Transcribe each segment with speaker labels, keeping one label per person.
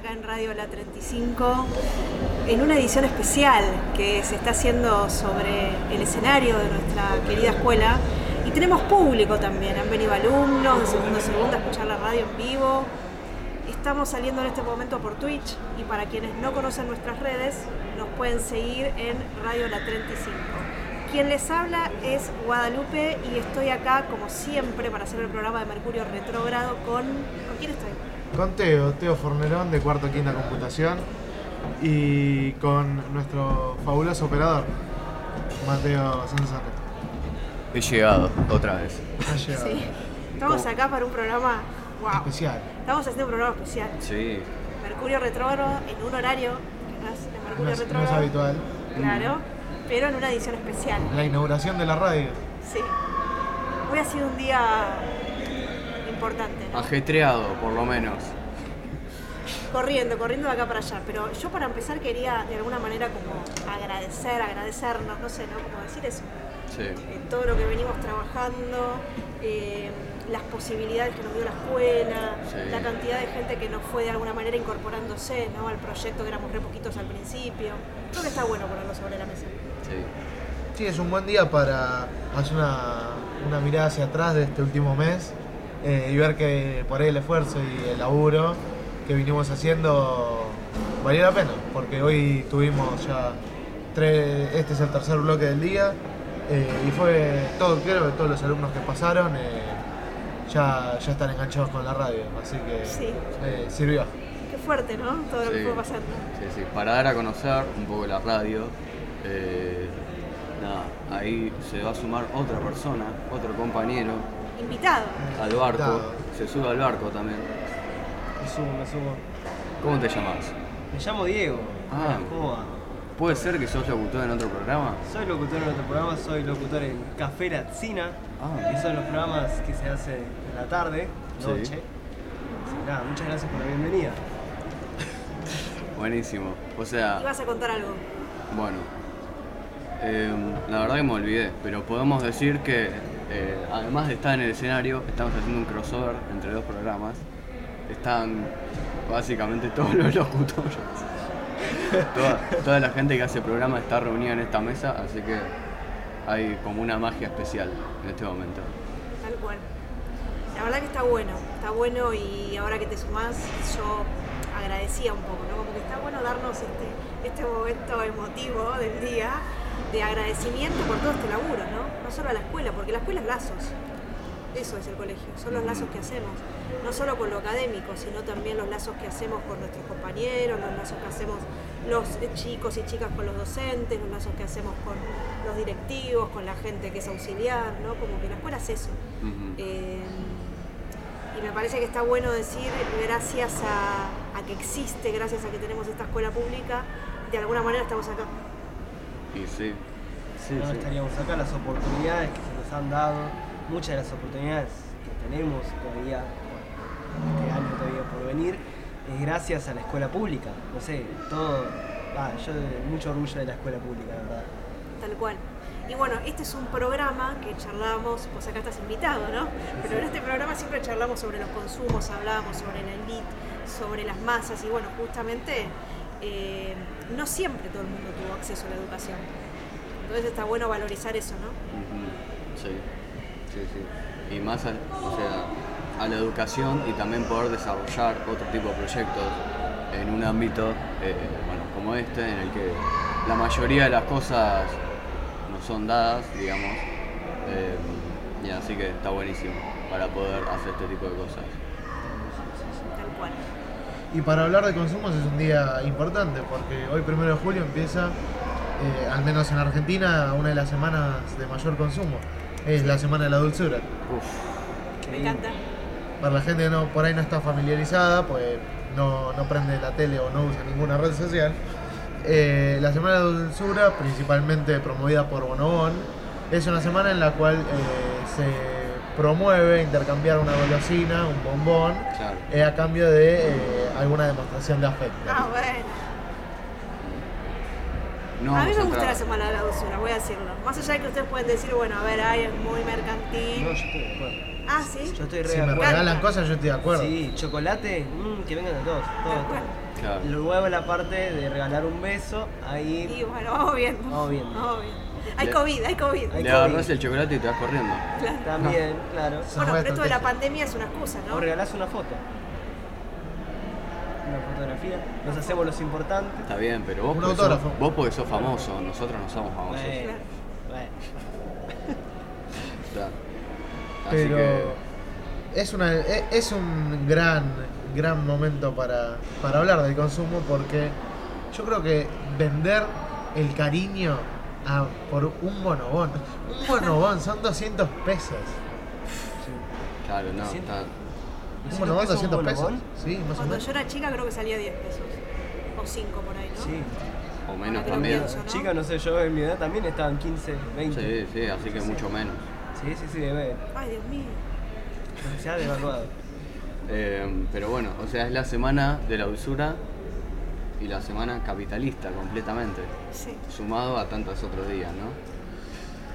Speaker 1: acá en Radio La 35 en una edición especial que se está haciendo sobre el escenario de nuestra querida escuela. Y tenemos público también, han venido alumnos de segundo a segundo a escuchar la radio en vivo. Estamos saliendo en este momento por Twitch y para quienes no conocen nuestras redes, nos pueden seguir en Radio La 35. Quien les habla es Guadalupe y estoy acá como siempre para hacer el programa de Mercurio Retrógrado con... ¿Con quién estoy?
Speaker 2: Con Teo, Teo Fornerón de Cuarto Quinta Computación y con nuestro fabuloso operador, Mateo Sánchez Arreto.
Speaker 3: He llegado otra vez.
Speaker 2: Ha llegado.
Speaker 1: Sí. Estamos acá para un programa... ¡Wow!
Speaker 2: Ah. Especial.
Speaker 1: Estamos haciendo un programa especial.
Speaker 3: Sí.
Speaker 1: Mercurio Retrógrado en un horario que no es de
Speaker 2: No
Speaker 1: Mercurio
Speaker 2: es, no es
Speaker 1: Retrógrado.
Speaker 2: habitual. Mm.
Speaker 1: Claro, pero en una edición especial.
Speaker 2: La inauguración de la radio.
Speaker 1: Sí. Hoy ha sido un día importante,
Speaker 2: Ah.
Speaker 1: ¿no?
Speaker 3: Ajetreado, por lo menos.
Speaker 1: corriendo, corriendo de acá para allá. Pero yo para empezar quería de alguna manera como agradecer, agradecernos, no sé, ¿no? Como decir eso.
Speaker 3: Sí.
Speaker 1: eh, todo lo que venimos trabajando, eh, las posibilidades que nos dio la escuela,
Speaker 3: Sí.
Speaker 1: la cantidad de gente que nos fue de alguna manera incorporándose ¿no? al proyecto, que éramos re poquitos al principio. Creo que está bueno ponerlo sobre la mesa.
Speaker 3: Sí.
Speaker 2: Sí, es un buen día para hacer una, una mirada hacia atrás de este último mes eh, y ver que por ahí el esfuerzo y el laburo que vinimos haciendo valía la pena, porque hoy tuvimos ya tres, este es el tercer bloque del día eh, y fue todo, creo que todos los alumnos que pasaron eh, ya, ya están enganchados con la radio, así que
Speaker 1: Sí.
Speaker 2: eh, sirvió.
Speaker 1: Qué fuerte, ¿no? Todo lo que
Speaker 3: Sí.
Speaker 1: fue pasando.
Speaker 3: Sí, sí. Para dar a conocer un poco la radio, eh, nada, ahí se va a sumar otra persona, otro compañero
Speaker 1: Invitado.
Speaker 3: al barco.
Speaker 2: Claro.
Speaker 3: Se sube al barco también.
Speaker 4: Me subo, me subo.
Speaker 3: ¿Cómo te llamas?
Speaker 4: Me llamo Diego.
Speaker 3: Ah.
Speaker 4: ¿Cómo va?
Speaker 3: ¿Puede ser que sos locutor en otro programa?
Speaker 4: Soy locutor en otro programa, soy locutor en Café Latina,
Speaker 3: Ah.
Speaker 4: que son los programas que se hacen en la tarde,
Speaker 3: Sí.
Speaker 4: noche. Así que nada, muchas gracias por la bienvenida.
Speaker 3: Buenísimo. O
Speaker 1: Y
Speaker 3: sea,
Speaker 1: vas a contar algo.
Speaker 3: bueno. eh, la verdad que me olvidé, pero podemos decir que eh, además de estar en el escenario, estamos haciendo un crossover entre dos programas. Están básicamente todos los locutores. toda, toda la gente que hace programa está reunida en esta mesa, así que hay como una magia especial en este momento.
Speaker 1: Tal cual. La verdad que está bueno, está bueno y ahora que te sumás, yo agradecía un poco, ¿no? Como que está bueno darnos este, este momento emotivo del día de agradecimiento por todo este laburo, ¿no? No solo a la escuela, porque la escuela es lazos. Eso es el colegio, son los lazos que hacemos, no solo con lo académico, sino también los lazos que hacemos con nuestros compañeros, los lazos que hacemos los eh, chicos y chicas con los docentes, los lazos que hacemos con los directivos, con la gente que es auxiliar, ¿no? Como que la escuela es eso.
Speaker 3: Ujú.
Speaker 1: Eh, y me parece que está bueno decir, gracias a, a que existe, gracias a que tenemos esta escuela pública, de alguna manera estamos acá.
Speaker 3: Y sí. Sí,
Speaker 4: no
Speaker 3: sí.
Speaker 4: estaríamos acá, las oportunidades que se nos han dado, muchas de las oportunidades que tenemos todavía, bueno, este año todavía por venir, es gracias a la escuela pública. No sé, todo, va, yo mucho orgullo de la escuela pública, la verdad.
Speaker 1: Tal cual. Y bueno, este es un programa que charlamos, pues acá estás invitado, ¿no? Pero en este programa siempre charlamos sobre los consumos, hablábamos sobre la elite, sobre las masas y bueno, justamente eh, no siempre todo el mundo tuvo acceso a la educación. Entonces está bueno valorizar eso, ¿no?
Speaker 3: Ujú, Sí, sí, sí. Y más a, o sea, a la educación y también poder desarrollar otro tipo de proyectos en un ámbito eh, bueno, como este, en el que la mayoría de las cosas no son dadas, digamos. Eh, y así que está buenísimo para poder hacer este tipo de cosas.
Speaker 1: Tal cual.
Speaker 2: Y para hablar de consumos es un día importante porque hoy, primero de julio, empieza, eh, al menos en Argentina, una de las semanas de mayor consumo. Es la semana de la dulzura.
Speaker 3: Uf,
Speaker 4: Mm.
Speaker 1: Me encanta.
Speaker 2: Para la gente que no, por ahí no está familiarizada, pues no, no prende la tele o no usa ninguna red social. eh, la semana de la dulzura, principalmente promovida por Bonobón, es una semana en la cual eh, se promueve intercambiar una golosina, un bombón,
Speaker 3: claro.
Speaker 2: eh, a cambio de eh, alguna demostración de afecto.
Speaker 1: Ah, bueno.
Speaker 3: No
Speaker 1: a mí
Speaker 3: vamos
Speaker 1: me gusta
Speaker 3: entrar.
Speaker 1: la semana de la dulzura, voy a decirlo. Más allá de que ustedes pueden decir, bueno, a ver, ay, es muy mercantil.
Speaker 4: No, yo estoy de acuerdo.
Speaker 1: Ah, sí.
Speaker 4: Yo estoy re
Speaker 2: Si
Speaker 4: de
Speaker 2: me
Speaker 4: acuerdo.
Speaker 2: regalan cosas, yo estoy de acuerdo.
Speaker 4: Sí, chocolate, mm, que vengan los dos, todo,
Speaker 1: Tal cual.
Speaker 3: Claro.
Speaker 4: todo. Luego la parte de regalar un beso, ahí
Speaker 1: Y bueno, vamos viendo.
Speaker 4: Vamos viendo.
Speaker 1: Vamos viendo. Hay
Speaker 3: Le-
Speaker 1: COVID, hay COVID.
Speaker 4: Hay
Speaker 3: Le
Speaker 4: COVID.
Speaker 3: agarras el chocolate y te vas corriendo.
Speaker 1: Claro.
Speaker 4: también, claro.
Speaker 1: Bueno,
Speaker 2: Se fue
Speaker 1: pero esto de
Speaker 2: estrategia.
Speaker 1: la pandemia es una excusa, ¿no?
Speaker 4: O regalás una foto. Una fotografía. Nos hacemos los importantes.
Speaker 3: Está bien, pero vos
Speaker 2: Un
Speaker 3: porque,
Speaker 2: autógrafo.
Speaker 3: sos, vos porque sos famoso, nosotros no somos famosos.
Speaker 4: Bueno,
Speaker 1: Claro.
Speaker 4: bueno.
Speaker 3: Claro. Así
Speaker 2: Pero
Speaker 3: que,
Speaker 2: es, una, e- es un gran, gran momento para, para hablar del consumo porque yo creo que vender el cariño a- por un bonobón, un bonobón son 200 pesos.
Speaker 4: Sí.
Speaker 3: claro, no,
Speaker 4: Siento-
Speaker 3: está,
Speaker 2: Un
Speaker 4: 200
Speaker 2: bonobón,
Speaker 4: pesos, un
Speaker 2: 200 pesos.
Speaker 4: bonobón.
Speaker 2: Sí, más o
Speaker 1: Cuando
Speaker 2: menos.
Speaker 1: yo era chica creo que salía 10 pesos. O 5 por ahí, ¿no?
Speaker 4: Sí.
Speaker 3: o menos
Speaker 1: Pero
Speaker 3: también.
Speaker 1: Ah, pienso- ¿no?
Speaker 4: Chica, no sé, yo en mi edad también estaban 15, 20.
Speaker 3: Sí, sí, así que mucho menos.
Speaker 4: Sí, sí, sí, debe.
Speaker 1: Ay, Dios mío.
Speaker 4: Ya devaluado.
Speaker 3: Eh, pero bueno, o sea, es la semana de la usura y la semana capitalista completamente,
Speaker 1: Sí.
Speaker 3: sumado a tantos otros días, ¿no?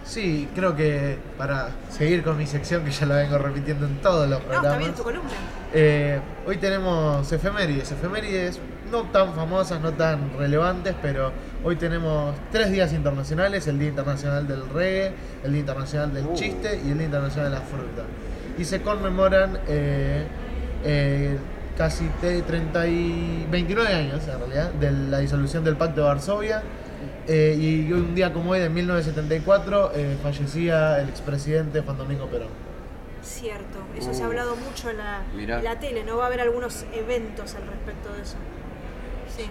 Speaker 2: Sí, creo que para seguir con mi sección que ya la vengo repitiendo en todos los
Speaker 1: No,
Speaker 2: programas.
Speaker 1: está bien tu columna.
Speaker 2: Eh, hoy tenemos efemérides, efemérides no tan famosas, no tan relevantes, pero hoy tenemos tres días internacionales, el Día Internacional del Reggae, el Día Internacional del
Speaker 3: Uh.
Speaker 2: Chiste y el Día Internacional de la Fruta. Y se conmemoran eh, eh, casi te- 30 y 29 años, en realidad, de la disolución del Pacto de Varsovia. Eh, y un día como hoy, de 1974, eh, fallecía el expresidente Juan Domingo Perón.
Speaker 1: Cierto. Eso se ha
Speaker 3: Uh.
Speaker 1: hablado mucho en la,
Speaker 3: Mirá.
Speaker 1: en la tele, ¿no? Va a haber algunos eventos al respecto de eso. Sí.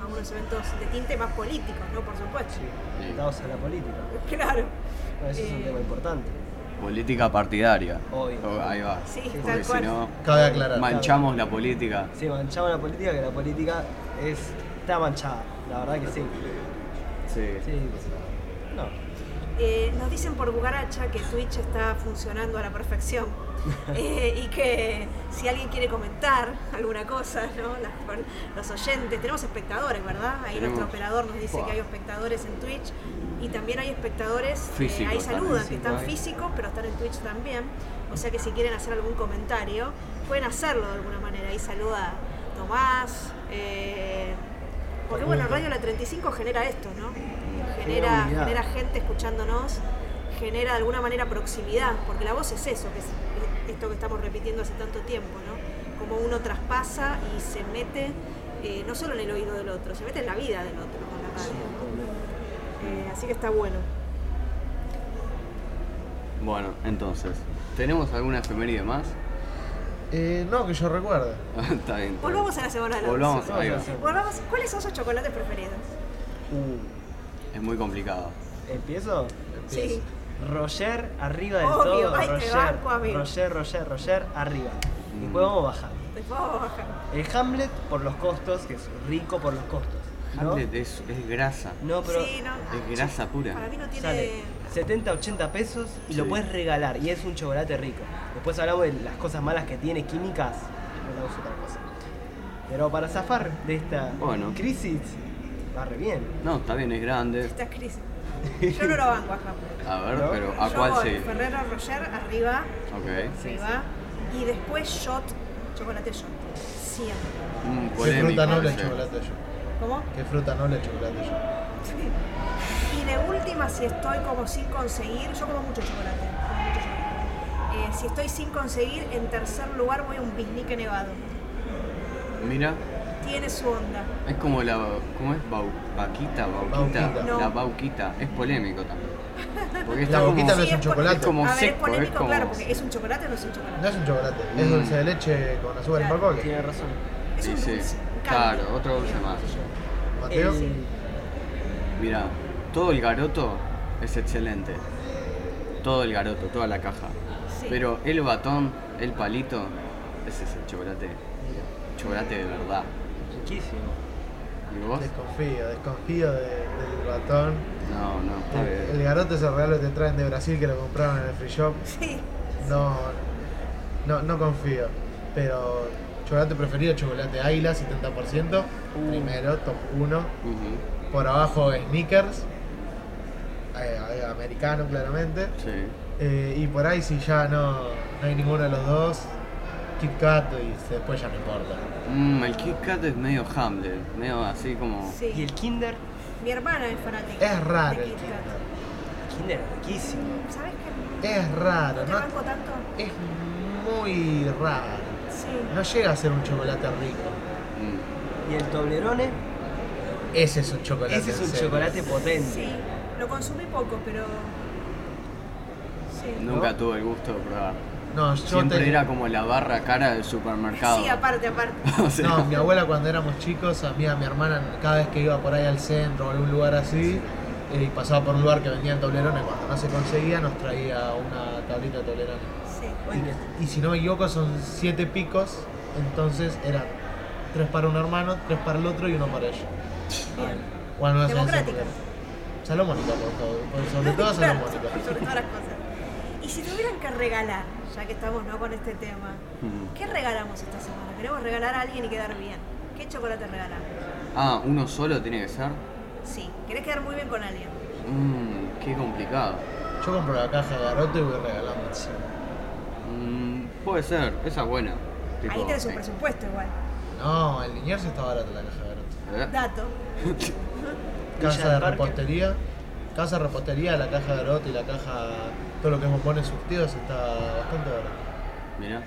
Speaker 1: Algunos eventos de tinte más políticos, ¿no? Por supuesto.
Speaker 3: Sí.
Speaker 4: Estamos a la política.
Speaker 1: Claro.
Speaker 4: Bueno, eso es un
Speaker 1: Eh,
Speaker 4: tema importante.
Speaker 3: Política partidaria.
Speaker 4: Obvio.
Speaker 3: Oh, ahí va.
Speaker 1: Sí,
Speaker 3: Porque
Speaker 1: tal
Speaker 3: si
Speaker 1: cual.
Speaker 3: no,
Speaker 2: Cabe aclarar.
Speaker 3: manchamos la política.
Speaker 4: Se manchaba la política, que la política es, está manchada. La verdad que sí.
Speaker 3: Sí.
Speaker 4: Sí, no.
Speaker 1: Eh, nos dicen por Bugaracha que Twitch está funcionando a la perfección Eh, y que si alguien quiere comentar alguna cosa, ¿no? Las per- los oyentes, tenemos espectadores, ¿verdad? Ahí
Speaker 3: Tenemos.
Speaker 1: nuestro operador nos dice
Speaker 3: Buah.
Speaker 1: que hay espectadores en Twitch y también hay espectadores que
Speaker 3: Físicos
Speaker 1: ahí
Speaker 3: también,
Speaker 1: saludan, que
Speaker 4: sí,
Speaker 1: están
Speaker 4: hay.
Speaker 1: físicos, pero están en Twitch también. O sea que si quieren hacer algún comentario, pueden hacerlo de alguna manera. Ahí saluda Tomás. eh, porque bueno, Radio La 35 genera esto, ¿no? Genera,
Speaker 4: unidad.
Speaker 1: genera gente escuchándonos, genera de alguna manera proximidad, porque la voz es eso, que es esto que estamos repitiendo hace tanto tiempo, ¿no? Como uno traspasa y se mete eh, no solo en el oído del otro, se mete en la vida del otro con la radio. ¿no? Eh, así que está bueno.
Speaker 3: Bueno, entonces, ¿tenemos alguna efeméride más?
Speaker 2: Eh, no, que yo recuerde.
Speaker 3: Está bien.
Speaker 1: Volvamos a la semana de la
Speaker 3: Volvamos,
Speaker 1: dulce.
Speaker 3: ahí va.
Speaker 1: Volvamos. ¿Cuáles son sus chocolates preferidos?
Speaker 4: Uh,
Speaker 3: Es muy complicado.
Speaker 4: ¿Empiezo?
Speaker 1: Sí.
Speaker 4: Roger arriba del
Speaker 1: Obvio,
Speaker 4: todo.
Speaker 1: ay, te
Speaker 4: Roger,
Speaker 1: banco, amigo.
Speaker 4: Roger, Roger, Roger arriba. Y
Speaker 3: Mm.
Speaker 4: después vamos bajando.
Speaker 1: Después vamos a bajar.
Speaker 4: El Hamlet por los costos, que es rico por los costos. ¿no?
Speaker 3: Hamlet es, es grasa.
Speaker 4: No, pero
Speaker 1: sí, no.
Speaker 3: Es grasa
Speaker 1: Para
Speaker 3: pura.
Speaker 1: mí no tiene.
Speaker 4: sale 70, 80 pesos y lo
Speaker 3: Sí.
Speaker 4: puedes regalar. Y es un chocolate rico. Después hablamos de las cosas malas que tiene químicas. Hablamos otra cosa. Pero para zafar de esta
Speaker 3: Bueno.
Speaker 4: crisis, va re bien.
Speaker 3: No, está bien, es grande.
Speaker 1: Esta crisis. Yo no lo banco acá.
Speaker 3: A ver,
Speaker 4: ¿No?
Speaker 3: pero ¿a
Speaker 1: Yo
Speaker 3: cuál
Speaker 1: voy
Speaker 3: sí?
Speaker 1: Ferrero Roger arriba,
Speaker 3: Ok.
Speaker 4: Sí,
Speaker 1: arriba. Y después shot, chocolate shot. Siempre.
Speaker 3: Mm,
Speaker 2: Qué fruta
Speaker 3: polémico
Speaker 2: noble el
Speaker 3: ese.
Speaker 2: chocolate yo.
Speaker 1: ¿Cómo?
Speaker 2: Qué fruta noble el chocolate yo.
Speaker 1: Sí. Y de última, si estoy como sin conseguir, yo como mucho chocolate. como mucho chocolate. Eh, si estoy sin conseguir, en tercer lugar voy a un bisnique nevado.
Speaker 3: Mira,
Speaker 1: Tiene su onda.
Speaker 3: es como la. ¿Cómo es? Bau- vaquita, bauquita.
Speaker 2: Bauquita.
Speaker 1: No.
Speaker 3: La bauquita. Es polémico también. Porque está
Speaker 2: La boquita no
Speaker 3: como.
Speaker 2: es un
Speaker 1: es por-
Speaker 2: chocolate.
Speaker 3: es como
Speaker 1: a ver, es
Speaker 3: seco, es
Speaker 1: polémico,
Speaker 3: como-
Speaker 1: claro, porque es un chocolate o no es un chocolate.
Speaker 2: No es un chocolate, es
Speaker 3: Mm.
Speaker 2: dulce de leche con azúcar y
Speaker 1: Claro.
Speaker 2: alcohol.
Speaker 4: Tiene razón.
Speaker 1: Es un
Speaker 3: Sí, sí.
Speaker 1: dulce, un
Speaker 3: Claro,
Speaker 1: candy.
Speaker 3: otro dulce
Speaker 1: Digamos.
Speaker 3: más.
Speaker 2: Mateo,
Speaker 4: El-
Speaker 3: Mira, todo el garoto es excelente. Todo el garoto, toda la caja.
Speaker 1: Sí.
Speaker 3: Pero el batón, el palito, ese es el chocolate. Chocolate de verdad.
Speaker 4: Riquísimo.
Speaker 3: ¿Y vos?
Speaker 2: desconfío, desconfío de- del ratón.
Speaker 3: No, no, está
Speaker 2: El, el
Speaker 3: bien.
Speaker 2: garoto es el regalo que te traen de Brasil que lo compraron en el free shop.
Speaker 1: Sí.
Speaker 2: No, no, no confío. Pero chocolate preferido, chocolate águila, 70%.
Speaker 4: Uh.
Speaker 2: Primero, top 1.
Speaker 3: Ujú,
Speaker 2: Por abajo, sneakers. eh, eh, americano, claramente.
Speaker 3: Sí.
Speaker 2: Eh, y por ahí si ya no, no hay ninguno de los dos, Kit Kat y después ya no importa.
Speaker 3: Mm, el Kit Kat es medio Hamlet, medio así como.
Speaker 1: Sí.
Speaker 4: Y el Kinder,
Speaker 1: Mi hermana es fanática.
Speaker 2: Es raro
Speaker 1: de
Speaker 2: el
Speaker 1: Kit
Speaker 2: Kit
Speaker 1: Kat.
Speaker 4: el Kinder es riquísimo.
Speaker 1: ¿Sabes qué?
Speaker 2: Es raro,
Speaker 1: ¿No te
Speaker 2: ¿no?
Speaker 1: banco tanto?
Speaker 2: Es muy raro.
Speaker 1: Sí.
Speaker 2: No llega a ser un chocolate rico.
Speaker 3: mm,
Speaker 4: Y el Toblerone,
Speaker 2: Ese es un chocolate.
Speaker 4: ese es
Speaker 2: en
Speaker 4: un
Speaker 2: serio.
Speaker 4: chocolate potente.
Speaker 1: Sí. Lo consumí poco, pero. Sí.
Speaker 3: Nunca
Speaker 4: ¿No?
Speaker 3: tuve el gusto de probar.
Speaker 2: No, yo
Speaker 3: Siempre
Speaker 2: te-
Speaker 3: era como la barra cara del supermercado.
Speaker 1: Sí, aparte, aparte.
Speaker 3: O sea,
Speaker 2: No, mi abuela cuando éramos chicos, a mí, a mi hermana, cada vez que iba por ahí al centro o algún lugar así, eh, y pasaba por un lugar que vendían toblerones, cuando no se conseguía nos traía una tablita de toblerones.
Speaker 1: Sí.
Speaker 4: Oye,
Speaker 2: Y si no me equivoco son siete picos, entonces eran tres para un hermano, tres para el otro y uno para ella.
Speaker 1: Bien.
Speaker 2: Bueno, no sé,
Speaker 1: Democrática.
Speaker 2: no sé. Salomónica por todo, por- sobre todo
Speaker 1: Claro,
Speaker 2: Salomónica.
Speaker 1: sobre todas las cosas. Y si tuvieran que regalar, ya que estamos ¿no? con este tema,
Speaker 3: Mm.
Speaker 1: ¿qué regalamos esta semana? Queremos regalar a alguien y quedar bien. ¿Qué chocolate regalamos?
Speaker 3: Ah, uno solo tiene que ser.
Speaker 1: Sí, querés quedar muy bien con alguien.
Speaker 3: Mmm, qué complicado.
Speaker 2: Yo compro la caja de garoto y voy regalando.
Speaker 3: Mm, puede ser, esa es buena. Tipo,
Speaker 1: Ahí tenés un
Speaker 3: eh,
Speaker 1: presupuesto igual.
Speaker 2: No, el Liniers está barato la caja de garoto.
Speaker 3: ¿eh?
Speaker 1: Dato.
Speaker 2: Casa
Speaker 4: Villa
Speaker 2: de
Speaker 4: del Parque.
Speaker 2: repostería. Casa de repostería, la caja de garoto y la caja. Todo lo que es bombones surtidos está bastante barato.
Speaker 3: Mirá.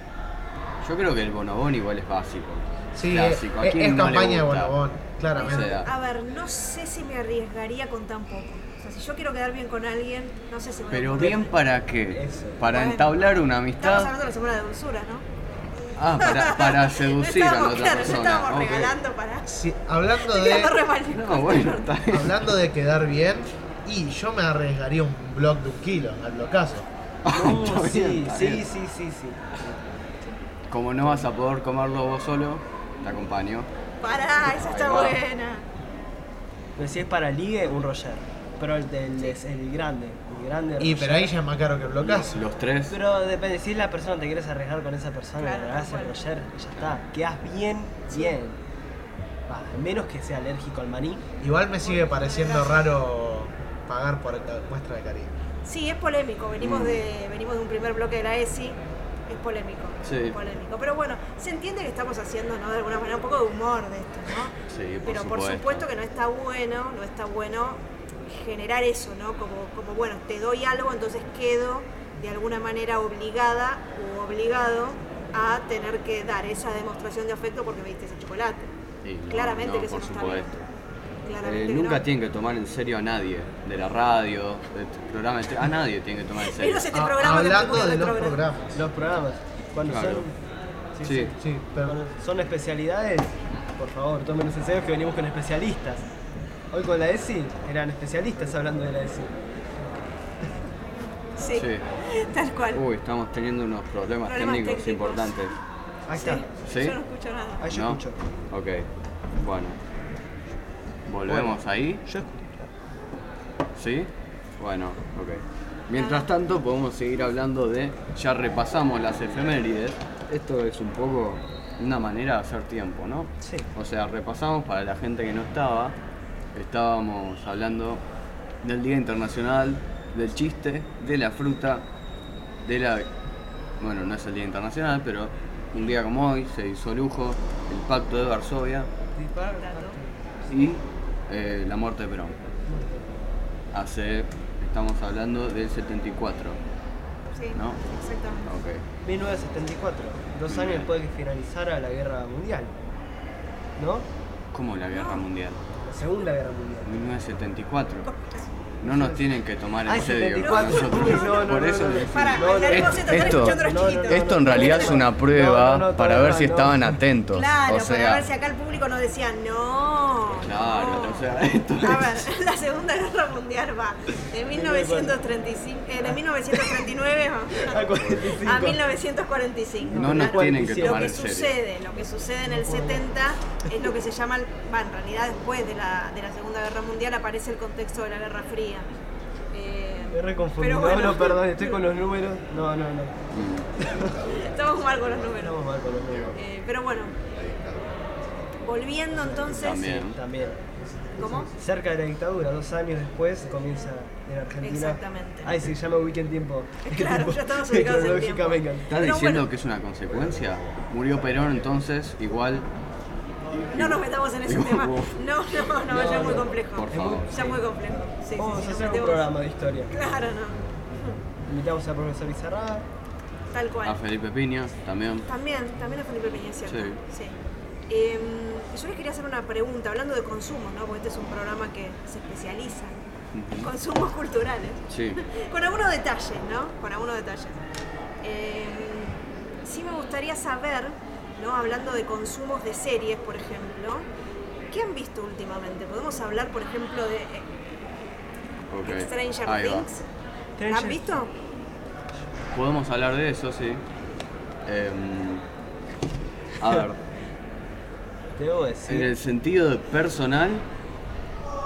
Speaker 3: Yo creo que el bonobón igual es básico.
Speaker 2: Sí,
Speaker 3: Clásico. ¿A
Speaker 2: es,
Speaker 3: quién
Speaker 2: es
Speaker 3: no le
Speaker 2: campaña de
Speaker 3: gusta?
Speaker 2: Bonobón, claramente.
Speaker 1: Pero,
Speaker 3: sea.
Speaker 1: a ver, no sé si me arriesgaría con tan poco. O sea, si yo quiero quedar bien con alguien, no sé si voy a
Speaker 3: Pero
Speaker 1: poder.
Speaker 3: bien para qué?
Speaker 4: Eso.
Speaker 3: Para
Speaker 1: Bueno.
Speaker 3: entablar una
Speaker 1: Estamos hablando
Speaker 3: amistad.
Speaker 1: de la semana de dulzura, ¿no?
Speaker 3: Ah, para, para seducir a la
Speaker 1: Estábamos,
Speaker 3: otra
Speaker 1: claro,
Speaker 3: persona.
Speaker 1: No estábamos
Speaker 3: ok.
Speaker 1: regalando para.
Speaker 2: Sí, hablando,
Speaker 1: Estoy quedando re
Speaker 2: de,
Speaker 1: mal, disculpa.
Speaker 3: No, bueno, está bien.
Speaker 2: hablando de quedar bien, y yo me arriesgaría un blog de un kilo, al blocazo.
Speaker 4: No,
Speaker 3: Está bien,
Speaker 4: sí,
Speaker 3: está
Speaker 4: sí,
Speaker 3: bien.
Speaker 4: sí, sí, sí.
Speaker 3: Como no vas a poder comerlo vos solo, te acompaño.
Speaker 1: Pará, esa está
Speaker 3: Ahí va.
Speaker 1: buena.
Speaker 4: Pero si es para ligue, un Roger. Pero el, del- es el grande, el grande
Speaker 2: Y
Speaker 4: Roger.
Speaker 2: pero ahí ya es más caro que el blocazo.
Speaker 3: Los tres.
Speaker 4: Pero depende, si es la persona te quieres arriesgar con esa persona,
Speaker 1: Claro,
Speaker 4: le das
Speaker 1: tal
Speaker 4: el
Speaker 1: cual.
Speaker 4: Roger y ya está. Quedas bien, bien. Va, a menos que sea alérgico al maní.
Speaker 2: Igual me sigue pareciendo raro pagar por ca- muestra de cariño.
Speaker 1: Sí, es polémico. Venimos,
Speaker 3: Mm.
Speaker 1: de, venimos de un primer bloque de la ESI. Es polémico.
Speaker 3: Sí.
Speaker 1: es polémico. Pero bueno, se entiende que estamos haciendo, ¿no? De alguna manera, un poco de humor de esto, ¿no?
Speaker 3: Sí, por
Speaker 1: Pero por
Speaker 3: supuesto.
Speaker 1: supuesto que no está bueno, no está bueno generar eso, ¿no? Como, como bueno, te doy algo, entonces quedo de alguna manera obligada o obligado a tener que dar esa demostración de afecto porque me diste ese chocolate.
Speaker 3: Sí, no,
Speaker 1: Claramente
Speaker 3: no,
Speaker 1: que eso no
Speaker 3: por
Speaker 1: está bien.
Speaker 3: supuesto.
Speaker 1: Claramente
Speaker 3: Eh,
Speaker 1: que
Speaker 3: nunca
Speaker 1: no.
Speaker 3: tienen que tomar en serio a nadie, de la radio, del programa, de tele- a nadie tienen que tomar en serio.
Speaker 1: Menos este
Speaker 2: Ah,
Speaker 1: programa que
Speaker 2: hablando
Speaker 1: tenemos
Speaker 2: de los
Speaker 1: retrogrado.
Speaker 2: programas.
Speaker 4: Los programas, cuando
Speaker 3: Claro.
Speaker 4: son.
Speaker 3: Sí.
Speaker 2: Sí, pero
Speaker 4: Cuando son especialidades, por favor, tómenos en serio que venimos con especialistas. Hoy con la ESI eran especialistas hablando de la ESI.
Speaker 1: Sí,
Speaker 3: Sí. Uh,
Speaker 1: tal cual.
Speaker 3: Uy, estamos teniendo unos problemas,
Speaker 1: Problemas
Speaker 3: técnicos,
Speaker 1: técnicos.
Speaker 3: importantes.
Speaker 4: Ahí
Speaker 1: Sí,
Speaker 4: está.
Speaker 3: ¿Sí?
Speaker 1: Yo no escucho nada.
Speaker 4: Ahí yo
Speaker 3: ¿No?
Speaker 4: escucho.
Speaker 3: Ok, bueno. ¿Volvemos ahí?
Speaker 4: Yo escucho.
Speaker 3: ¿Sí? Bueno, ok. Mientras tanto, podemos seguir hablando de. Ya repasamos las efemérides. Esto es un poco una manera de hacer tiempo, ¿no?
Speaker 4: Sí.
Speaker 3: O sea, repasamos para la gente que no estaba. Estábamos hablando del Día Internacional, del chiste, de la fruta, de la. Bueno, no es el Día Internacional, pero un día como hoy se disolujo el Pacto de Varsovia y eh, la muerte de Perón. Hace. Estamos hablando del 74.
Speaker 1: Sí,
Speaker 3: ¿No?
Speaker 1: exactamente.
Speaker 3: Ok.
Speaker 4: 1974, dos años después de que finalizara la guerra mundial. ¿No?
Speaker 3: ¿Cómo la Guerra
Speaker 1: No.
Speaker 3: Mundial?
Speaker 4: La segunda guerra mundial.
Speaker 3: 1974. No nos tienen que tomar en
Speaker 4: Ah,
Speaker 3: serio.
Speaker 4: 74.
Speaker 3: Nosotros,
Speaker 4: Uy, no, no,
Speaker 3: por
Speaker 4: no,
Speaker 3: eso
Speaker 4: no, no.
Speaker 3: decimos.
Speaker 1: Para,
Speaker 4: No, no,
Speaker 1: la
Speaker 3: esto-
Speaker 1: hermosa está
Speaker 3: esto-
Speaker 1: escuchando a los
Speaker 4: no, no,
Speaker 1: chiquitos.
Speaker 4: no,
Speaker 3: Esto en realidad es una prueba
Speaker 4: No, no, no,
Speaker 3: para ver
Speaker 4: todavía
Speaker 3: si
Speaker 4: no.
Speaker 3: estaban atentos.
Speaker 1: Claro,
Speaker 3: o sea,
Speaker 1: para ver si acá el público nos decía no.
Speaker 3: Claro,
Speaker 1: no.
Speaker 3: o sea, esto
Speaker 1: A
Speaker 3: es-
Speaker 1: ver, la Segunda Guerra Mundial va de, 1935, eh, de 1939 a-
Speaker 4: A 45.
Speaker 1: a 1945.
Speaker 3: no nos
Speaker 1: Claro.
Speaker 3: tienen que
Speaker 4: Lo
Speaker 1: lo
Speaker 3: tomar
Speaker 1: que
Speaker 3: en serio.
Speaker 1: sucede, lo que sucede en el 70 es lo que se llama, el- va, en realidad después de la, de la Segunda Guerra Mundial aparece el contexto de la Guerra Fría. Eh,
Speaker 4: Me reconfundí.
Speaker 1: pero bueno,
Speaker 4: No, no, perdón, estoy con los números. No, no, no.
Speaker 3: Mm.
Speaker 1: Estamos mal con los números.
Speaker 4: Estamos mal con los números.
Speaker 1: Eh, pero bueno, Volviendo entonces.
Speaker 3: También.
Speaker 4: También.
Speaker 1: ¿Cómo?
Speaker 4: Cerca de la dictadura, dos años después, comienza en Argentina.
Speaker 1: Exactamente.
Speaker 4: Ay, se llama Weekend Tiempo.
Speaker 1: Claro, ya estamos ubicados en tiempo.
Speaker 4: Cronológica, venga.
Speaker 3: ¿Estás
Speaker 1: Pero
Speaker 3: diciendo
Speaker 1: bueno.
Speaker 3: que es una consecuencia? Murió Perón entonces, igual,
Speaker 1: No nos metamos en ese tema. No, no, no, ya es muy complejo.
Speaker 3: por favor.
Speaker 1: Ya es muy complejo. Sí, sí,
Speaker 4: Vamos
Speaker 1: sí,
Speaker 4: a
Speaker 1: nos
Speaker 4: hacer un
Speaker 1: metemos-
Speaker 4: programa de historia.
Speaker 1: Claro, no.
Speaker 4: Invitamos al profesor Izarrada.
Speaker 1: Tal cual.
Speaker 3: A Felipe Piña también.
Speaker 1: También, también a Felipe Peña, es ¿cierto?
Speaker 3: Sí.
Speaker 1: Em, yo les quería hacer una pregunta, hablando de consumos, ¿no? Porque este es un programa que se especializa en
Speaker 3: Ujú.
Speaker 1: consumos culturales.
Speaker 3: Sí.
Speaker 1: Con algunos detalles, ¿no? Con algunos detalles. Em, sí me gustaría saber, ¿no? Hablando de consumos de series, por ejemplo, ¿qué han visto últimamente? Podemos hablar, por ejemplo, de eh,
Speaker 3: Ok,
Speaker 1: Stranger
Speaker 3: ahí va.
Speaker 1: Things. ¿La han visto?
Speaker 3: Podemos hablar de eso, sí. Em, a ver,
Speaker 4: Te debo
Speaker 3: en el
Speaker 4: decir.
Speaker 3: sentido de personal,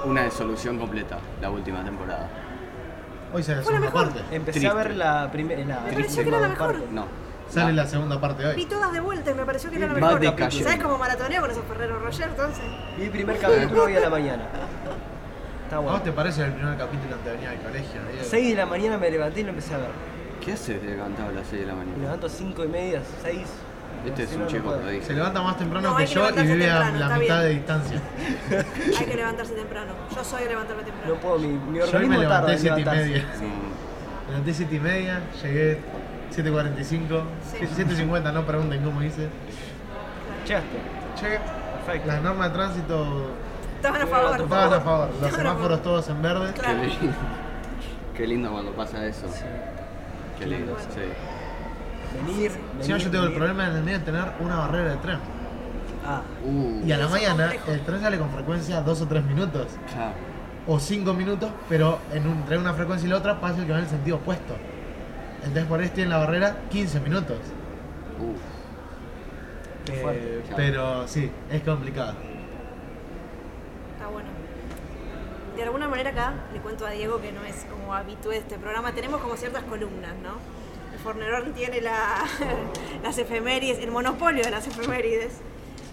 Speaker 3: una desolución completa, la última temporada.
Speaker 2: Hoy sale la
Speaker 1: Fue la
Speaker 2: segunda
Speaker 1: mejor.
Speaker 2: parte.
Speaker 4: Empecé
Speaker 3: Triste.
Speaker 4: a ver la primera.
Speaker 1: Me pareció que era la mejor.
Speaker 3: No.
Speaker 2: Sale
Speaker 3: No.
Speaker 2: la segunda parte
Speaker 1: Vi
Speaker 2: hoy.
Speaker 1: todas de vuelta y me pareció que era la
Speaker 3: Va
Speaker 1: mejor.
Speaker 3: decayendo.
Speaker 1: ¿Sabes cómo maratoneo con esos Ferrero Roger entonces?
Speaker 4: Vi el primer capítulo hoy a la mañana. Está
Speaker 2: ¿Cómo
Speaker 4: bueno.
Speaker 2: te parece el primer capítulo antes de venir al colegio? Diego?
Speaker 4: 6 de la mañana me levanté y lo empecé a ver.
Speaker 3: ¿Qué haces de cantado a las 6 de la
Speaker 4: Me
Speaker 3: mañana?
Speaker 4: levanto 5 y media, 6.
Speaker 3: Este es un chico que
Speaker 2: Se
Speaker 3: dice.
Speaker 2: levanta más temprano
Speaker 1: No,
Speaker 2: que
Speaker 1: hay que
Speaker 2: yo y
Speaker 1: levantarse
Speaker 2: vive a
Speaker 1: temprano,
Speaker 2: la
Speaker 1: está
Speaker 2: mitad
Speaker 1: bien.
Speaker 2: de distancia.
Speaker 1: Hay que levantarse temprano. Yo soy de levantarme temprano.
Speaker 4: No puedo, mi, mi
Speaker 2: Yo hoy me
Speaker 4: organismo tarda
Speaker 2: levanté
Speaker 4: en
Speaker 2: 7 y
Speaker 4: levantarse.
Speaker 2: media.
Speaker 3: No,
Speaker 2: Me levanté 7 y media, llegué 7.45,
Speaker 1: Sí.
Speaker 2: 7.50, no pregunten cómo hice.
Speaker 4: Llegaste.
Speaker 2: Che,
Speaker 4: Perfecto.
Speaker 2: las normas de tránsito
Speaker 1: Estaban a favor.
Speaker 2: estaban a favor, los
Speaker 1: Estaban a
Speaker 2: semáforos todos en verde.
Speaker 1: Claro.
Speaker 3: qué lindo. Qué lindo cuando pasa eso.
Speaker 4: Sí.
Speaker 3: Qué lindo,
Speaker 1: Bueno.
Speaker 3: sí.
Speaker 4: Venir,
Speaker 2: Si no,
Speaker 4: venir,
Speaker 2: yo tengo el
Speaker 4: venir.
Speaker 2: problema en el medio de tener una barrera de tren.
Speaker 4: Ah,
Speaker 3: Uh,
Speaker 2: Y a la
Speaker 1: Eso es
Speaker 2: mañana
Speaker 1: complejo.
Speaker 2: el tren sale con frecuencia 2 o 3 minutos,
Speaker 3: claro.
Speaker 2: o 5 minutos, pero en un, entre una frecuencia y la otra pasa el que va en el sentido opuesto. Entonces por ahí estoy en la barrera 15 minutos.
Speaker 3: Uh,
Speaker 4: Qué
Speaker 2: Eh,
Speaker 4: fuerte.
Speaker 2: pero sí, es complicado.
Speaker 1: Está bueno. De alguna manera acá, le cuento a Diego que no es como habitué de este programa, tenemos como ciertas columnas, ¿no? El Fornerón tiene la- las efemérides, el monopolio de las efemérides.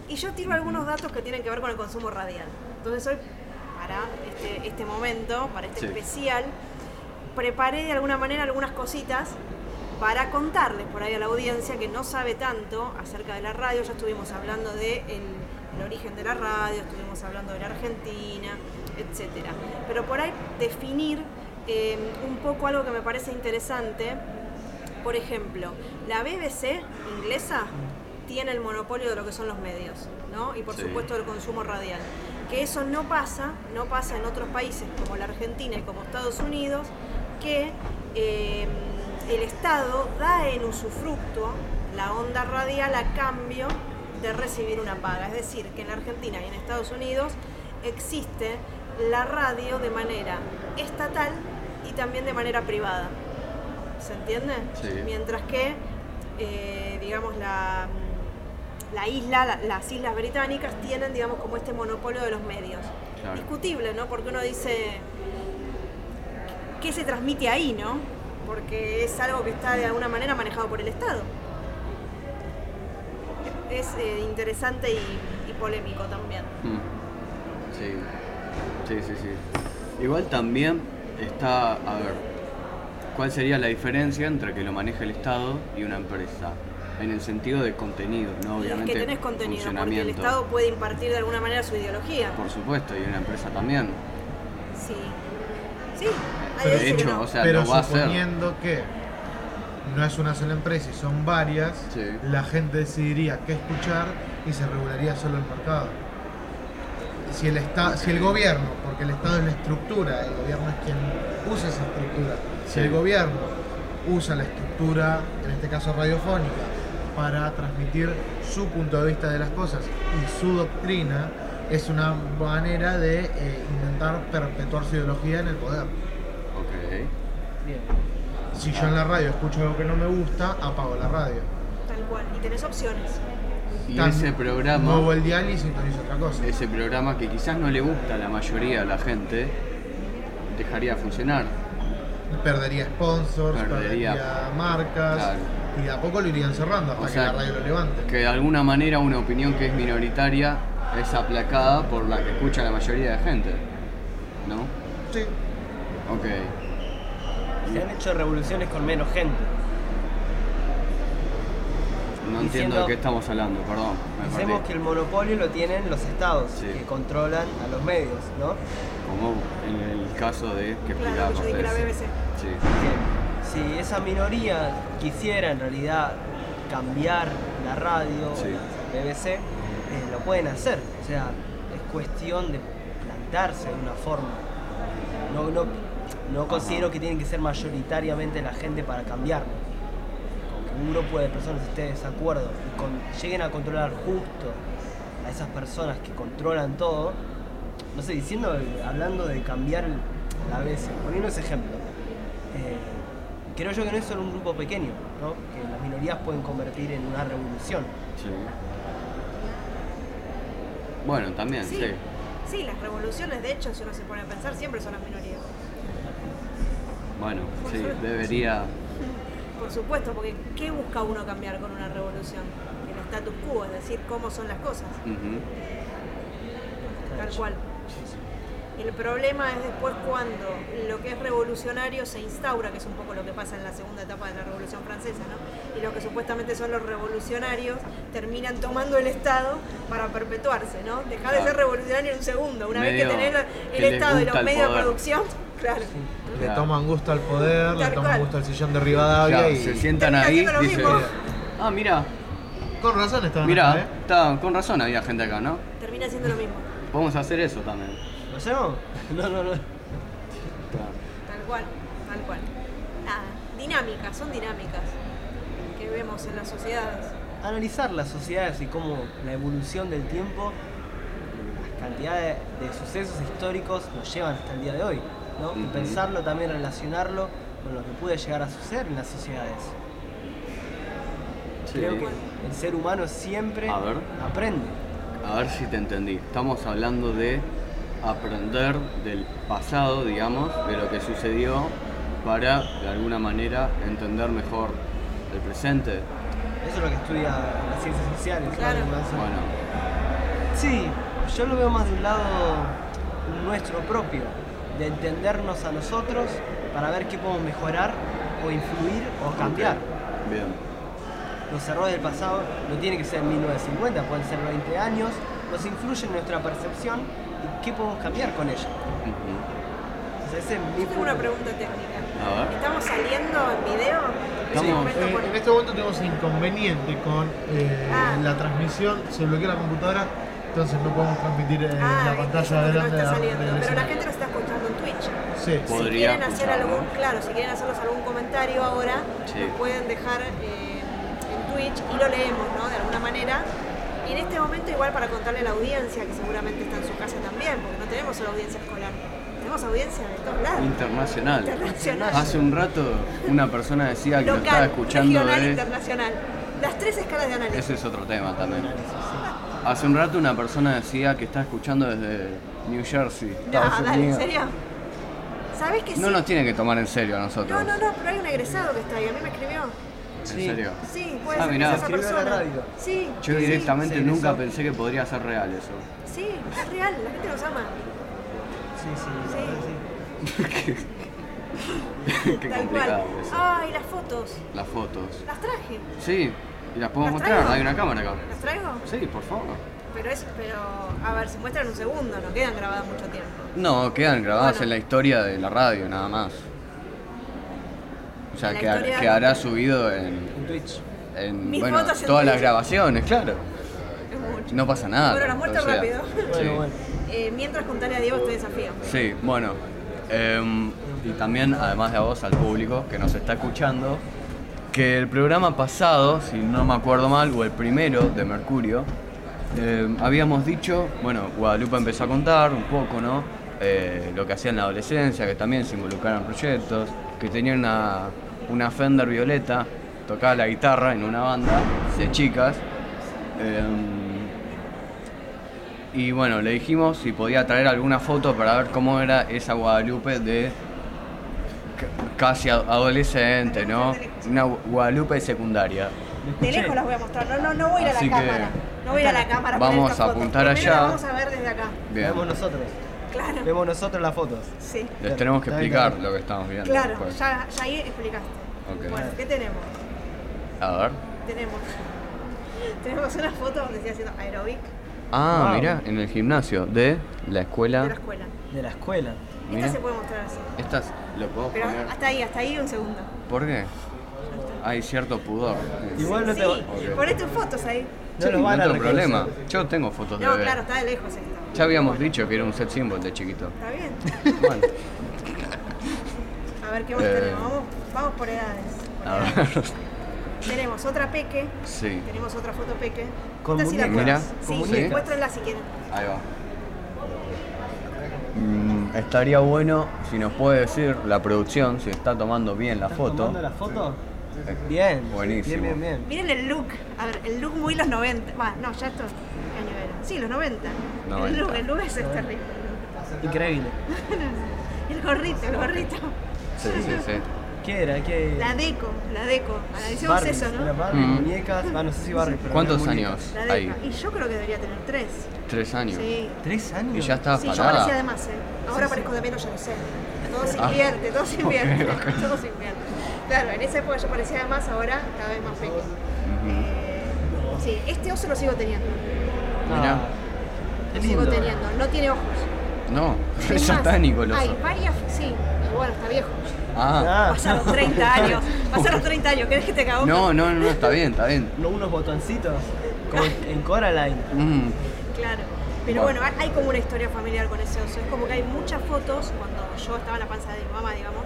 Speaker 1: Y yo tiro algunos datos que tienen que ver con el consumo radial. Entonces hoy, para este, este momento, para este
Speaker 3: Sí.
Speaker 1: especial, preparé de alguna manera algunas cositas para contarles por ahí a la audiencia que no sabe tanto acerca de la radio. Ya estuvimos hablando de el, el origen de la radio, estuvimos hablando de la Argentina, etcétera. Pero por ahí definir eh, un poco algo que me parece interesante. Por ejemplo, la BBC inglesa tiene el monopolio de lo que son los medios, ¿no? Y por
Speaker 3: Sí.
Speaker 1: supuesto del consumo radial. Que eso no pasa, no pasa en otros países como la Argentina y como Estados Unidos, que eh, el Estado da en usufructo la onda radial a cambio de recibir una paga. Es decir, que en la Argentina y en Estados Unidos existe la radio de manera estatal y también de manera privada. ¿Se entiende?
Speaker 3: Sí.
Speaker 1: Mientras que, eh, digamos, la, la isla, la- las islas británicas tienen, digamos, como este monopolio de los medios.
Speaker 3: Claro.
Speaker 1: Discutible, ¿no? Porque uno dice, ¿qué se transmite ahí, no? Porque es algo que está de alguna manera manejado por el Estado. Es eh, interesante y, y polémico también.
Speaker 3: Mm. Sí, sí, sí, sí. Igual también está, a ver, ¿cuál sería la diferencia entre que lo maneja el Estado y una empresa? En el sentido de contenido, ¿no?
Speaker 1: Y es
Speaker 3: Obviamente.
Speaker 1: que tenés contenido, porque el
Speaker 3: funcionamiento.
Speaker 1: Estado puede impartir de alguna manera su ideología.
Speaker 3: Por supuesto, y una empresa también.
Speaker 1: Sí. Sí,
Speaker 2: Pero
Speaker 1: nadie
Speaker 3: de
Speaker 1: dice que
Speaker 3: hecho,
Speaker 1: no.
Speaker 3: o sea,
Speaker 2: pero
Speaker 3: lo va a hacer.
Speaker 2: suponiendo que no es una sola empresa y son varias,
Speaker 3: Sí.
Speaker 2: la gente decidiría qué escuchar y se regularía solo el mercado. Si el, esta- si el gobierno, porque el Estado es la estructura, el gobierno es quien usa esa estructura, si
Speaker 3: Sí.
Speaker 2: el gobierno usa la estructura, en este caso radiofónica, para transmitir su punto de vista de las cosas y su doctrina, es una manera de eh, intentar perpetuar su ideología en el poder.
Speaker 3: Ok.
Speaker 4: Bien.
Speaker 2: Si yo en la radio escucho algo que no me gusta, apago la radio.
Speaker 1: Tal cual. Y tenés opciones.
Speaker 3: Y
Speaker 2: Tan-
Speaker 3: ese
Speaker 2: Muevo
Speaker 3: programa,
Speaker 2: el dial y sintonizo otra cosa.
Speaker 3: ese programa que quizás no le gusta a la mayoría de la gente, dejaría de funcionar.
Speaker 2: Perdería sponsors, perdería,
Speaker 3: Perdería-
Speaker 2: marcas.
Speaker 3: Claro.
Speaker 2: Y de a poco lo irían cerrando hasta
Speaker 3: O
Speaker 2: que
Speaker 3: sea,
Speaker 2: la radio lo levante.
Speaker 3: Que de alguna manera una opinión que es minoritaria es aplacada por la que escucha la mayoría de gente. ¿No?
Speaker 2: Sí.
Speaker 3: Ok.
Speaker 4: Se han hecho revoluciones con menos gente.
Speaker 3: No entiendo
Speaker 4: Diciendo-
Speaker 3: de qué estamos hablando, perdón. Me
Speaker 4: Pensemos
Speaker 3: perdí.
Speaker 4: que el monopolio lo tienen los estados,
Speaker 3: Sí.
Speaker 4: que controlan a los medios, ¿no?
Speaker 3: Como en el caso de que
Speaker 1: Claro,
Speaker 3: explicábamos
Speaker 1: yo dije la
Speaker 3: de-
Speaker 1: BBC.
Speaker 3: Sí.
Speaker 4: Que si esa minoría quisiera en realidad cambiar la radio,
Speaker 3: Sí.
Speaker 4: la BBC, eh, lo pueden hacer. O sea, es cuestión de plantarse de una forma. No, no, no considero que tienen que ser mayoritariamente la gente para cambiarlo. Con que un grupo de personas esté de desacuerdo y con- lleguen a controlar justo a esas personas que controlan todo, no sé, diciendo, hablando de cambiar la vez, poniendo ese ejemplo, eh, creo yo que no es solo un grupo pequeño, ¿no? que las minorías pueden convertir en una revolución.
Speaker 3: Sí. Bueno, también, sí.
Speaker 1: Sí, sí, las revoluciones, de hecho, si uno se pone a pensar, siempre son las minorías.
Speaker 3: Bueno,
Speaker 1: Por
Speaker 3: sí,
Speaker 1: suerte.
Speaker 3: debería.
Speaker 1: Por supuesto, porque ¿qué busca uno cambiar con una revolución? El status quo, es decir, cómo son las cosas,
Speaker 3: Ujú.
Speaker 1: tal cual. El problema es después cuando lo que es revolucionario se instaura, que es un poco lo que pasa en la segunda etapa de la Revolución Francesa, ¿no? Y lo que supuestamente son los revolucionarios terminan tomando el Estado para perpetuarse, ¿no? Dejar de
Speaker 3: Claro.
Speaker 1: ser revolucionario en un segundo, una vez
Speaker 3: Medio
Speaker 1: que tenés
Speaker 3: que
Speaker 1: el
Speaker 3: les
Speaker 1: Estado y los
Speaker 3: gusta el
Speaker 1: medios de
Speaker 3: poder.
Speaker 1: producción, claro.
Speaker 2: Le
Speaker 3: Claro.
Speaker 2: toman gusto al poder, le
Speaker 1: Tal
Speaker 2: toman
Speaker 1: cual.
Speaker 2: gusto al sillón de Rivadavia
Speaker 3: Claro,
Speaker 2: y.
Speaker 3: se sientan
Speaker 1: Termina
Speaker 3: ahí
Speaker 1: haciendo lo
Speaker 3: y se-
Speaker 1: mismo.
Speaker 3: Ah, mira,
Speaker 2: Con razón estaban acá,
Speaker 3: mira,
Speaker 2: ¿eh?
Speaker 3: está- con razón había gente acá, ¿no?
Speaker 1: Termina siendo lo mismo,
Speaker 3: Podemos hacer eso también.
Speaker 4: ¿Lo hacemos? No, no, no.
Speaker 1: tal cual, tal cual. Nada, dinámicas, son dinámicas que vemos en las sociedades.
Speaker 4: Analizar las sociedades y cómo la evolución del tiempo, las cantidades de, de sucesos históricos nos llevan hasta el día de hoy. ¿no? Y
Speaker 3: Ujú.
Speaker 4: pensarlo también, relacionarlo con lo que puede llegar a suceder en las sociedades.
Speaker 3: Sí.
Speaker 4: Creo que el ser humano siempre
Speaker 3: A ver.
Speaker 4: aprende.
Speaker 3: A ver si te entendí. Estamos hablando de aprender del pasado, digamos, de lo que sucedió para, de alguna manera, entender mejor el presente.
Speaker 4: Eso es lo que estudia las ciencias sociales. ¿no?
Speaker 1: Claro.
Speaker 4: Además,
Speaker 3: Bueno,
Speaker 4: Sí, yo lo veo más de un lado nuestro propio, de entendernos a nosotros para ver qué podemos mejorar o influir o cambiar.
Speaker 3: ok. Bien.
Speaker 4: Los errores del pasado no tienen que ser en 1950, pueden ser 20 años, nos influye en nuestra percepción y qué podemos cambiar con ello.
Speaker 3: Ujú.
Speaker 4: O sea, ese es mi
Speaker 1: Yo tengo una
Speaker 4: punto.
Speaker 1: pregunta técnica.
Speaker 3: A ver.
Speaker 1: ¿Estamos saliendo en video? En este
Speaker 3: Estamos-
Speaker 1: momento
Speaker 2: Eh,
Speaker 1: por-
Speaker 2: en este momento tuvimos inconveniente con eh,
Speaker 1: Ah.
Speaker 2: la transmisión, se bloqueó la computadora, entonces no podemos transmitir eh,
Speaker 1: Ah,
Speaker 2: la
Speaker 1: viste,
Speaker 2: pantalla
Speaker 1: eso no
Speaker 2: delante de
Speaker 1: está
Speaker 2: la
Speaker 1: saliendo. Pero
Speaker 2: del
Speaker 1: la
Speaker 2: escenario.
Speaker 1: gente lo está escuchando en Twitch.
Speaker 2: Sí,
Speaker 3: Pod-
Speaker 1: Si
Speaker 3: Podría
Speaker 1: quieren hacer
Speaker 3: escucharlo.
Speaker 1: algún, claro, si quieren hacernos algún comentario ahora,
Speaker 3: Sí.
Speaker 1: nos pueden dejar eh, en Twitch y lo leemos, ¿no? De alguna manera. Y en este momento igual para contarle a la audiencia, que seguramente está en su casa también, porque no tenemos solo audiencia escolar, tenemos audiencia de todos lados.
Speaker 3: Internacional.
Speaker 1: Internacional.
Speaker 3: Hace un rato una persona decía que lo
Speaker 1: Local,
Speaker 3: estaba escuchando ¿eh?
Speaker 1: regional,
Speaker 3: de...
Speaker 1: internacional. Las tres escalas de análisis.
Speaker 3: Ese es otro tema también. Hace un rato una persona decía que está escuchando desde New Jersey. Estados
Speaker 1: No, dale, ¿en
Speaker 3: Unidos.
Speaker 1: serio? ¿Sabes que
Speaker 3: No
Speaker 1: sí?
Speaker 3: nos tiene que tomar en serio a nosotros.
Speaker 1: No, no, no, pero hay un egresado que está ahí, a mí me escribió.
Speaker 3: En
Speaker 4: Sí.
Speaker 3: serio.
Speaker 1: Sí, puede
Speaker 3: Ah,
Speaker 1: ser
Speaker 3: mirá.
Speaker 1: que sea esa
Speaker 4: Escribió en la
Speaker 1: persona.
Speaker 4: radio.
Speaker 1: Sí.
Speaker 3: Yo
Speaker 1: sí,
Speaker 3: directamente
Speaker 4: Sí,
Speaker 3: nunca
Speaker 4: eso.
Speaker 3: pensé que podría ser real eso.
Speaker 1: Sí, es real, la gente nos ama.
Speaker 4: Sí, sí,
Speaker 1: Sí.
Speaker 4: sí.
Speaker 3: Qué
Speaker 1: tal
Speaker 3: complicado
Speaker 1: cual. Ah.
Speaker 3: eso.
Speaker 1: Ay, las fotos.
Speaker 3: Las fotos.
Speaker 1: Las traje.
Speaker 3: Sí, y las
Speaker 1: ¿Las
Speaker 3: podemos mostrar,
Speaker 1: traigo?
Speaker 3: hay una cámara acá.
Speaker 1: ¿Las traigo?
Speaker 3: Sí, por favor.
Speaker 1: Pero es, pero. A ver, se muestran un segundo, no quedan grabadas mucho tiempo.
Speaker 3: No, quedan grabadas
Speaker 1: Bueno.
Speaker 3: en la historia de la radio nada más. O sea,
Speaker 1: La
Speaker 3: queda-
Speaker 1: historia-
Speaker 3: quedará subido en,
Speaker 4: En Twitch.
Speaker 3: en,
Speaker 1: Mis
Speaker 3: bueno,
Speaker 1: fotos en
Speaker 3: todas las
Speaker 1: Twitch.
Speaker 3: grabaciones, claro.
Speaker 1: Es mucho.
Speaker 3: No pasa nada.
Speaker 1: Bueno, las muestro
Speaker 3: o sea,
Speaker 1: rápido.
Speaker 4: Bueno, bueno.
Speaker 1: Eh, mientras contarle a Diego este desafío.
Speaker 3: Sí, bueno. em, y también, además de a vos, al público que nos está escuchando, que el programa pasado, si no me acuerdo mal, o el primero de Mercurio, em, habíamos dicho, bueno, Guadalupe empezó a contar un poco, ¿no? Eh, lo que hacía en la adolescencia, que también se involucraron en proyectos, que tenía una, una Fender Violeta, tocaba la guitarra en una banda de chicas. em, y bueno, le dijimos si podía traer alguna foto para ver cómo era esa Guadalupe de ca- casi a- adolescente, ¿no? Una Gu- Guadalupe secundaria.
Speaker 4: Lo
Speaker 1: De
Speaker 4: escuché.
Speaker 1: lejos las voy a mostrar. No, no, no voy a ir a la
Speaker 3: Así que
Speaker 1: cámara. No voy a ir a la cámara. a poner
Speaker 3: vamos
Speaker 1: estas
Speaker 3: a
Speaker 1: fotos.
Speaker 3: apuntar
Speaker 1: Primero
Speaker 3: allá.
Speaker 1: las Vamos a ver desde acá.
Speaker 3: Bien.
Speaker 4: Vemos nosotros.
Speaker 1: Claro.
Speaker 4: Vemos nosotros las fotos.
Speaker 1: Sí.
Speaker 3: Les tenemos que
Speaker 4: Está bien,
Speaker 3: explicar
Speaker 4: está
Speaker 3: lo que estamos viendo.
Speaker 1: Claro,
Speaker 3: después.
Speaker 1: ya, ya ahí explicaste.
Speaker 3: pues. Ok.
Speaker 1: Bueno, ¿qué tenemos?
Speaker 3: A ver.
Speaker 1: Tenemos. Tenemos una foto donde estoy haciendo aeróbic
Speaker 3: Ah,
Speaker 4: Wow.
Speaker 3: mira, en el gimnasio de la escuela.
Speaker 1: de la escuela.
Speaker 4: De la escuela.
Speaker 1: Esta
Speaker 3: Mira.
Speaker 1: se puede mostrar así.
Speaker 3: Estas lo puedo
Speaker 1: Pero
Speaker 3: poner.
Speaker 1: hasta ahí, hasta ahí un segundo.
Speaker 3: ¿Por qué? Hay cierto pudor.
Speaker 4: Igual no
Speaker 1: sí,
Speaker 4: te va-
Speaker 3: Ok.
Speaker 1: poné tus fotos ahí.
Speaker 4: No
Speaker 3: Sí,
Speaker 4: nos van a
Speaker 3: tengo
Speaker 4: reconocer.
Speaker 3: problema. Yo tengo fotos de
Speaker 1: No,
Speaker 3: bebé.
Speaker 1: claro, está de lejos esto.
Speaker 3: Ya habíamos dicho que era un set symbol de chiquito.
Speaker 1: Está bien.
Speaker 3: Bueno,
Speaker 1: A ver qué más
Speaker 3: Eh.
Speaker 1: tenemos. Vamos, vamos por edades. por
Speaker 3: a
Speaker 1: edades.
Speaker 3: ver.
Speaker 1: Tenemos otra peque.
Speaker 3: Sí.
Speaker 1: Tenemos otra foto peque.
Speaker 4: Con
Speaker 1: Esta sí la
Speaker 3: muñecas.
Speaker 1: puedes-
Speaker 3: Mira,
Speaker 1: Sí,
Speaker 3: con muñecas.
Speaker 1: muéstrenla si quieren.
Speaker 3: Ahí va. Mm, estaría bueno si nos puede decir la producción si está tomando bien la
Speaker 4: ¿Estás
Speaker 3: foto.
Speaker 4: tomando la foto?
Speaker 3: Eh,
Speaker 4: Bien.
Speaker 3: Buenísimo.
Speaker 4: Bien, bien, bien.
Speaker 1: Miren el look. A ver, el look muy los 90. Va, no, ya esto. ¿Qué año era? Sí, los 90. El
Speaker 3: 90.
Speaker 1: look, el look es terrible.
Speaker 4: Increíble.
Speaker 1: El gorrito, el gorrito.
Speaker 3: Sí, sí, sí.
Speaker 4: ¿Qué era? ¿Qué?
Speaker 1: La deco, la deco. Analicemos
Speaker 4: Barbies,
Speaker 1: eso,
Speaker 4: Era
Speaker 1: ¿no?
Speaker 4: Barbie,
Speaker 3: Mm.
Speaker 4: muñecas. Va, no sé si Barbie, pero.
Speaker 3: ¿Cuántos
Speaker 4: eran muñecas.
Speaker 3: años
Speaker 1: La
Speaker 3: hay?
Speaker 1: deco. Y yo creo que debería tener tres.
Speaker 3: Tres años.
Speaker 1: Sí.
Speaker 4: ¿Tres años?
Speaker 3: Y ya estaba
Speaker 1: Sí, yo
Speaker 3: parada.
Speaker 1: parecía además, ¿eh? Ahora parezco de menos, yo lo sé. Todo se
Speaker 3: Ah.
Speaker 1: invierte, todo se invierte,
Speaker 3: Ok, ok.
Speaker 1: todo se invierte. Claro, en esa época yo parecía de más, ahora cada vez más pequeño.
Speaker 3: Mm-hmm.
Speaker 1: Eh,
Speaker 3: Mm.
Speaker 1: sí, este oso lo sigo teniendo.
Speaker 4: Ah, Qué
Speaker 1: Lo sigo
Speaker 4: lindo.
Speaker 1: teniendo. No tiene ojos.
Speaker 3: No, es
Speaker 1: Es más,
Speaker 3: satánico el
Speaker 1: Hay
Speaker 3: oso.
Speaker 1: varias, sí, y bueno, está viejo.
Speaker 3: Ah.
Speaker 4: Ah,
Speaker 1: Pasaron 30 años. Pasaron 30 años, ¿querés que te cago?
Speaker 3: No, no, no, está bien, está bien.
Speaker 4: no, unos botoncitos. Como en Coraline.
Speaker 3: Mm,
Speaker 1: Claro. Pero bueno, hay- hay como una historia familiar con ese oso. Es como que hay muchas fotos, cuando yo estaba en la panza de mi mamá, digamos,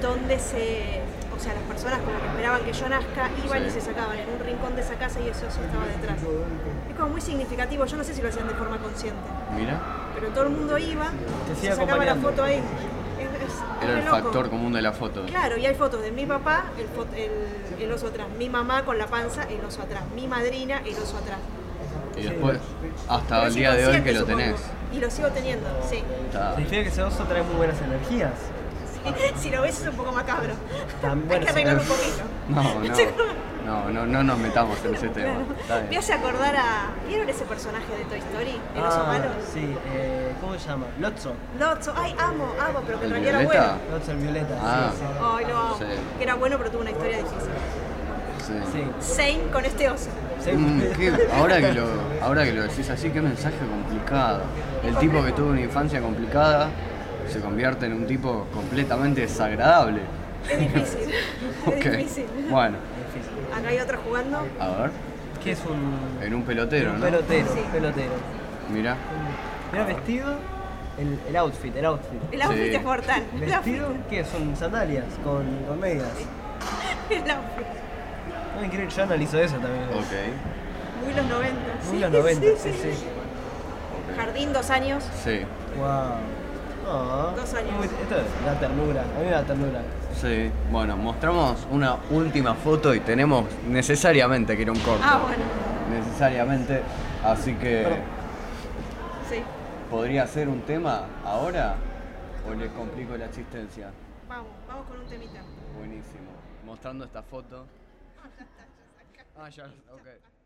Speaker 1: donde se. O sea, las personas como que esperaban que yo nazca, iban
Speaker 3: Sí.
Speaker 1: y se sacaban en un rincón de esa casa y ese oso estaba detrás. Es como muy significativo. Yo no sé si lo hacían de forma consciente,
Speaker 3: mira,
Speaker 1: pero todo el mundo iba,
Speaker 4: Te sigue
Speaker 1: se sacaba la
Speaker 4: acompañando.
Speaker 1: foto ahí. Es- es- es
Speaker 3: era
Speaker 1: re
Speaker 3: el
Speaker 1: loco.
Speaker 3: factor común de la foto.
Speaker 1: Claro, y hay fotos de mi papá, el, fo- el- el oso atrás, mi mamá con la panza, el oso atrás, mi madrina, el oso atrás.
Speaker 3: Y después, hasta
Speaker 1: Pero
Speaker 3: el
Speaker 1: es
Speaker 3: día de hoy
Speaker 1: inconsciente,
Speaker 3: que lo
Speaker 1: supongo.
Speaker 3: tenés.
Speaker 1: Y lo sigo teniendo, sí.
Speaker 3: Está-
Speaker 4: Significa que ese oso trae muy buenas energías.
Speaker 1: si lo ves es un poco macabro.
Speaker 4: Tan-
Speaker 1: Hay
Speaker 4: bueno,
Speaker 1: que arreglarlo un poquito.
Speaker 3: No, no, no, no, no nos metamos en ese tema.
Speaker 1: Claro.
Speaker 3: Está bien.
Speaker 1: Me hace acordar a. ¿Vieron ese personaje de Toy Story? El oso
Speaker 4: Ah,
Speaker 1: malo.
Speaker 4: sí. eh, ¿Cómo se llama? Lotso.
Speaker 1: Lotso. Ay, amo, amo, pero que en
Speaker 3: ¿El
Speaker 1: realidad era
Speaker 3: Violeta?
Speaker 1: bueno.
Speaker 4: Lotso el violeta.
Speaker 3: Ah.
Speaker 4: Sí,
Speaker 1: Ay, lo amo.
Speaker 3: Sí.
Speaker 1: Que era bueno, pero tuvo una historia difícil.
Speaker 3: Sí.
Speaker 4: sí.
Speaker 1: Zane con este oso.
Speaker 4: Sí.
Speaker 3: Mm, qué- ahora, que lo, ahora que lo decís así, qué mensaje complicado. El tipo que tuvo una infancia complicada se convierte en un tipo completamente desagradable.
Speaker 1: Es difícil.
Speaker 3: Ok.
Speaker 1: Es difícil.
Speaker 3: Bueno,
Speaker 4: Difícil.
Speaker 1: Acá hay otro jugando.
Speaker 3: a ver.
Speaker 4: ¿Qué es un.
Speaker 3: En un pelotero,
Speaker 4: un
Speaker 3: ¿no?
Speaker 4: pelotero,
Speaker 1: Sí.
Speaker 4: pelotero.
Speaker 3: Mira.
Speaker 4: Mira, vestido, el, el outfit, el outfit.
Speaker 1: El outfit
Speaker 3: Sí.
Speaker 1: es mortal. El outfit.
Speaker 4: Vestido, ¿qué? Son sandalias con, con medias.
Speaker 1: El outfit.
Speaker 4: No me quiero ir, yo analizo eso también.
Speaker 3: Ok.
Speaker 1: Muy los 90.
Speaker 4: Muy
Speaker 1: Sí,
Speaker 4: los 90,
Speaker 1: sí,
Speaker 4: sí, sí.
Speaker 1: Jardín, dos años.
Speaker 3: Sí.
Speaker 4: Wow. Oh.
Speaker 1: Dos años.
Speaker 4: Muy- esto es la ternura, a mí me da ternura.
Speaker 3: Sí. Bueno, mostramos una última foto y tenemos necesariamente que ir a un corto.
Speaker 1: Ah, bueno.
Speaker 3: Necesariamente. Así que.
Speaker 1: Sí.
Speaker 3: ¿Podría ser un tema ahora? ¿O les complico la existencia?
Speaker 1: Vamos, vamos con un temita.
Speaker 3: Buenísimo. Mostrando esta foto. Ah, ya, ok.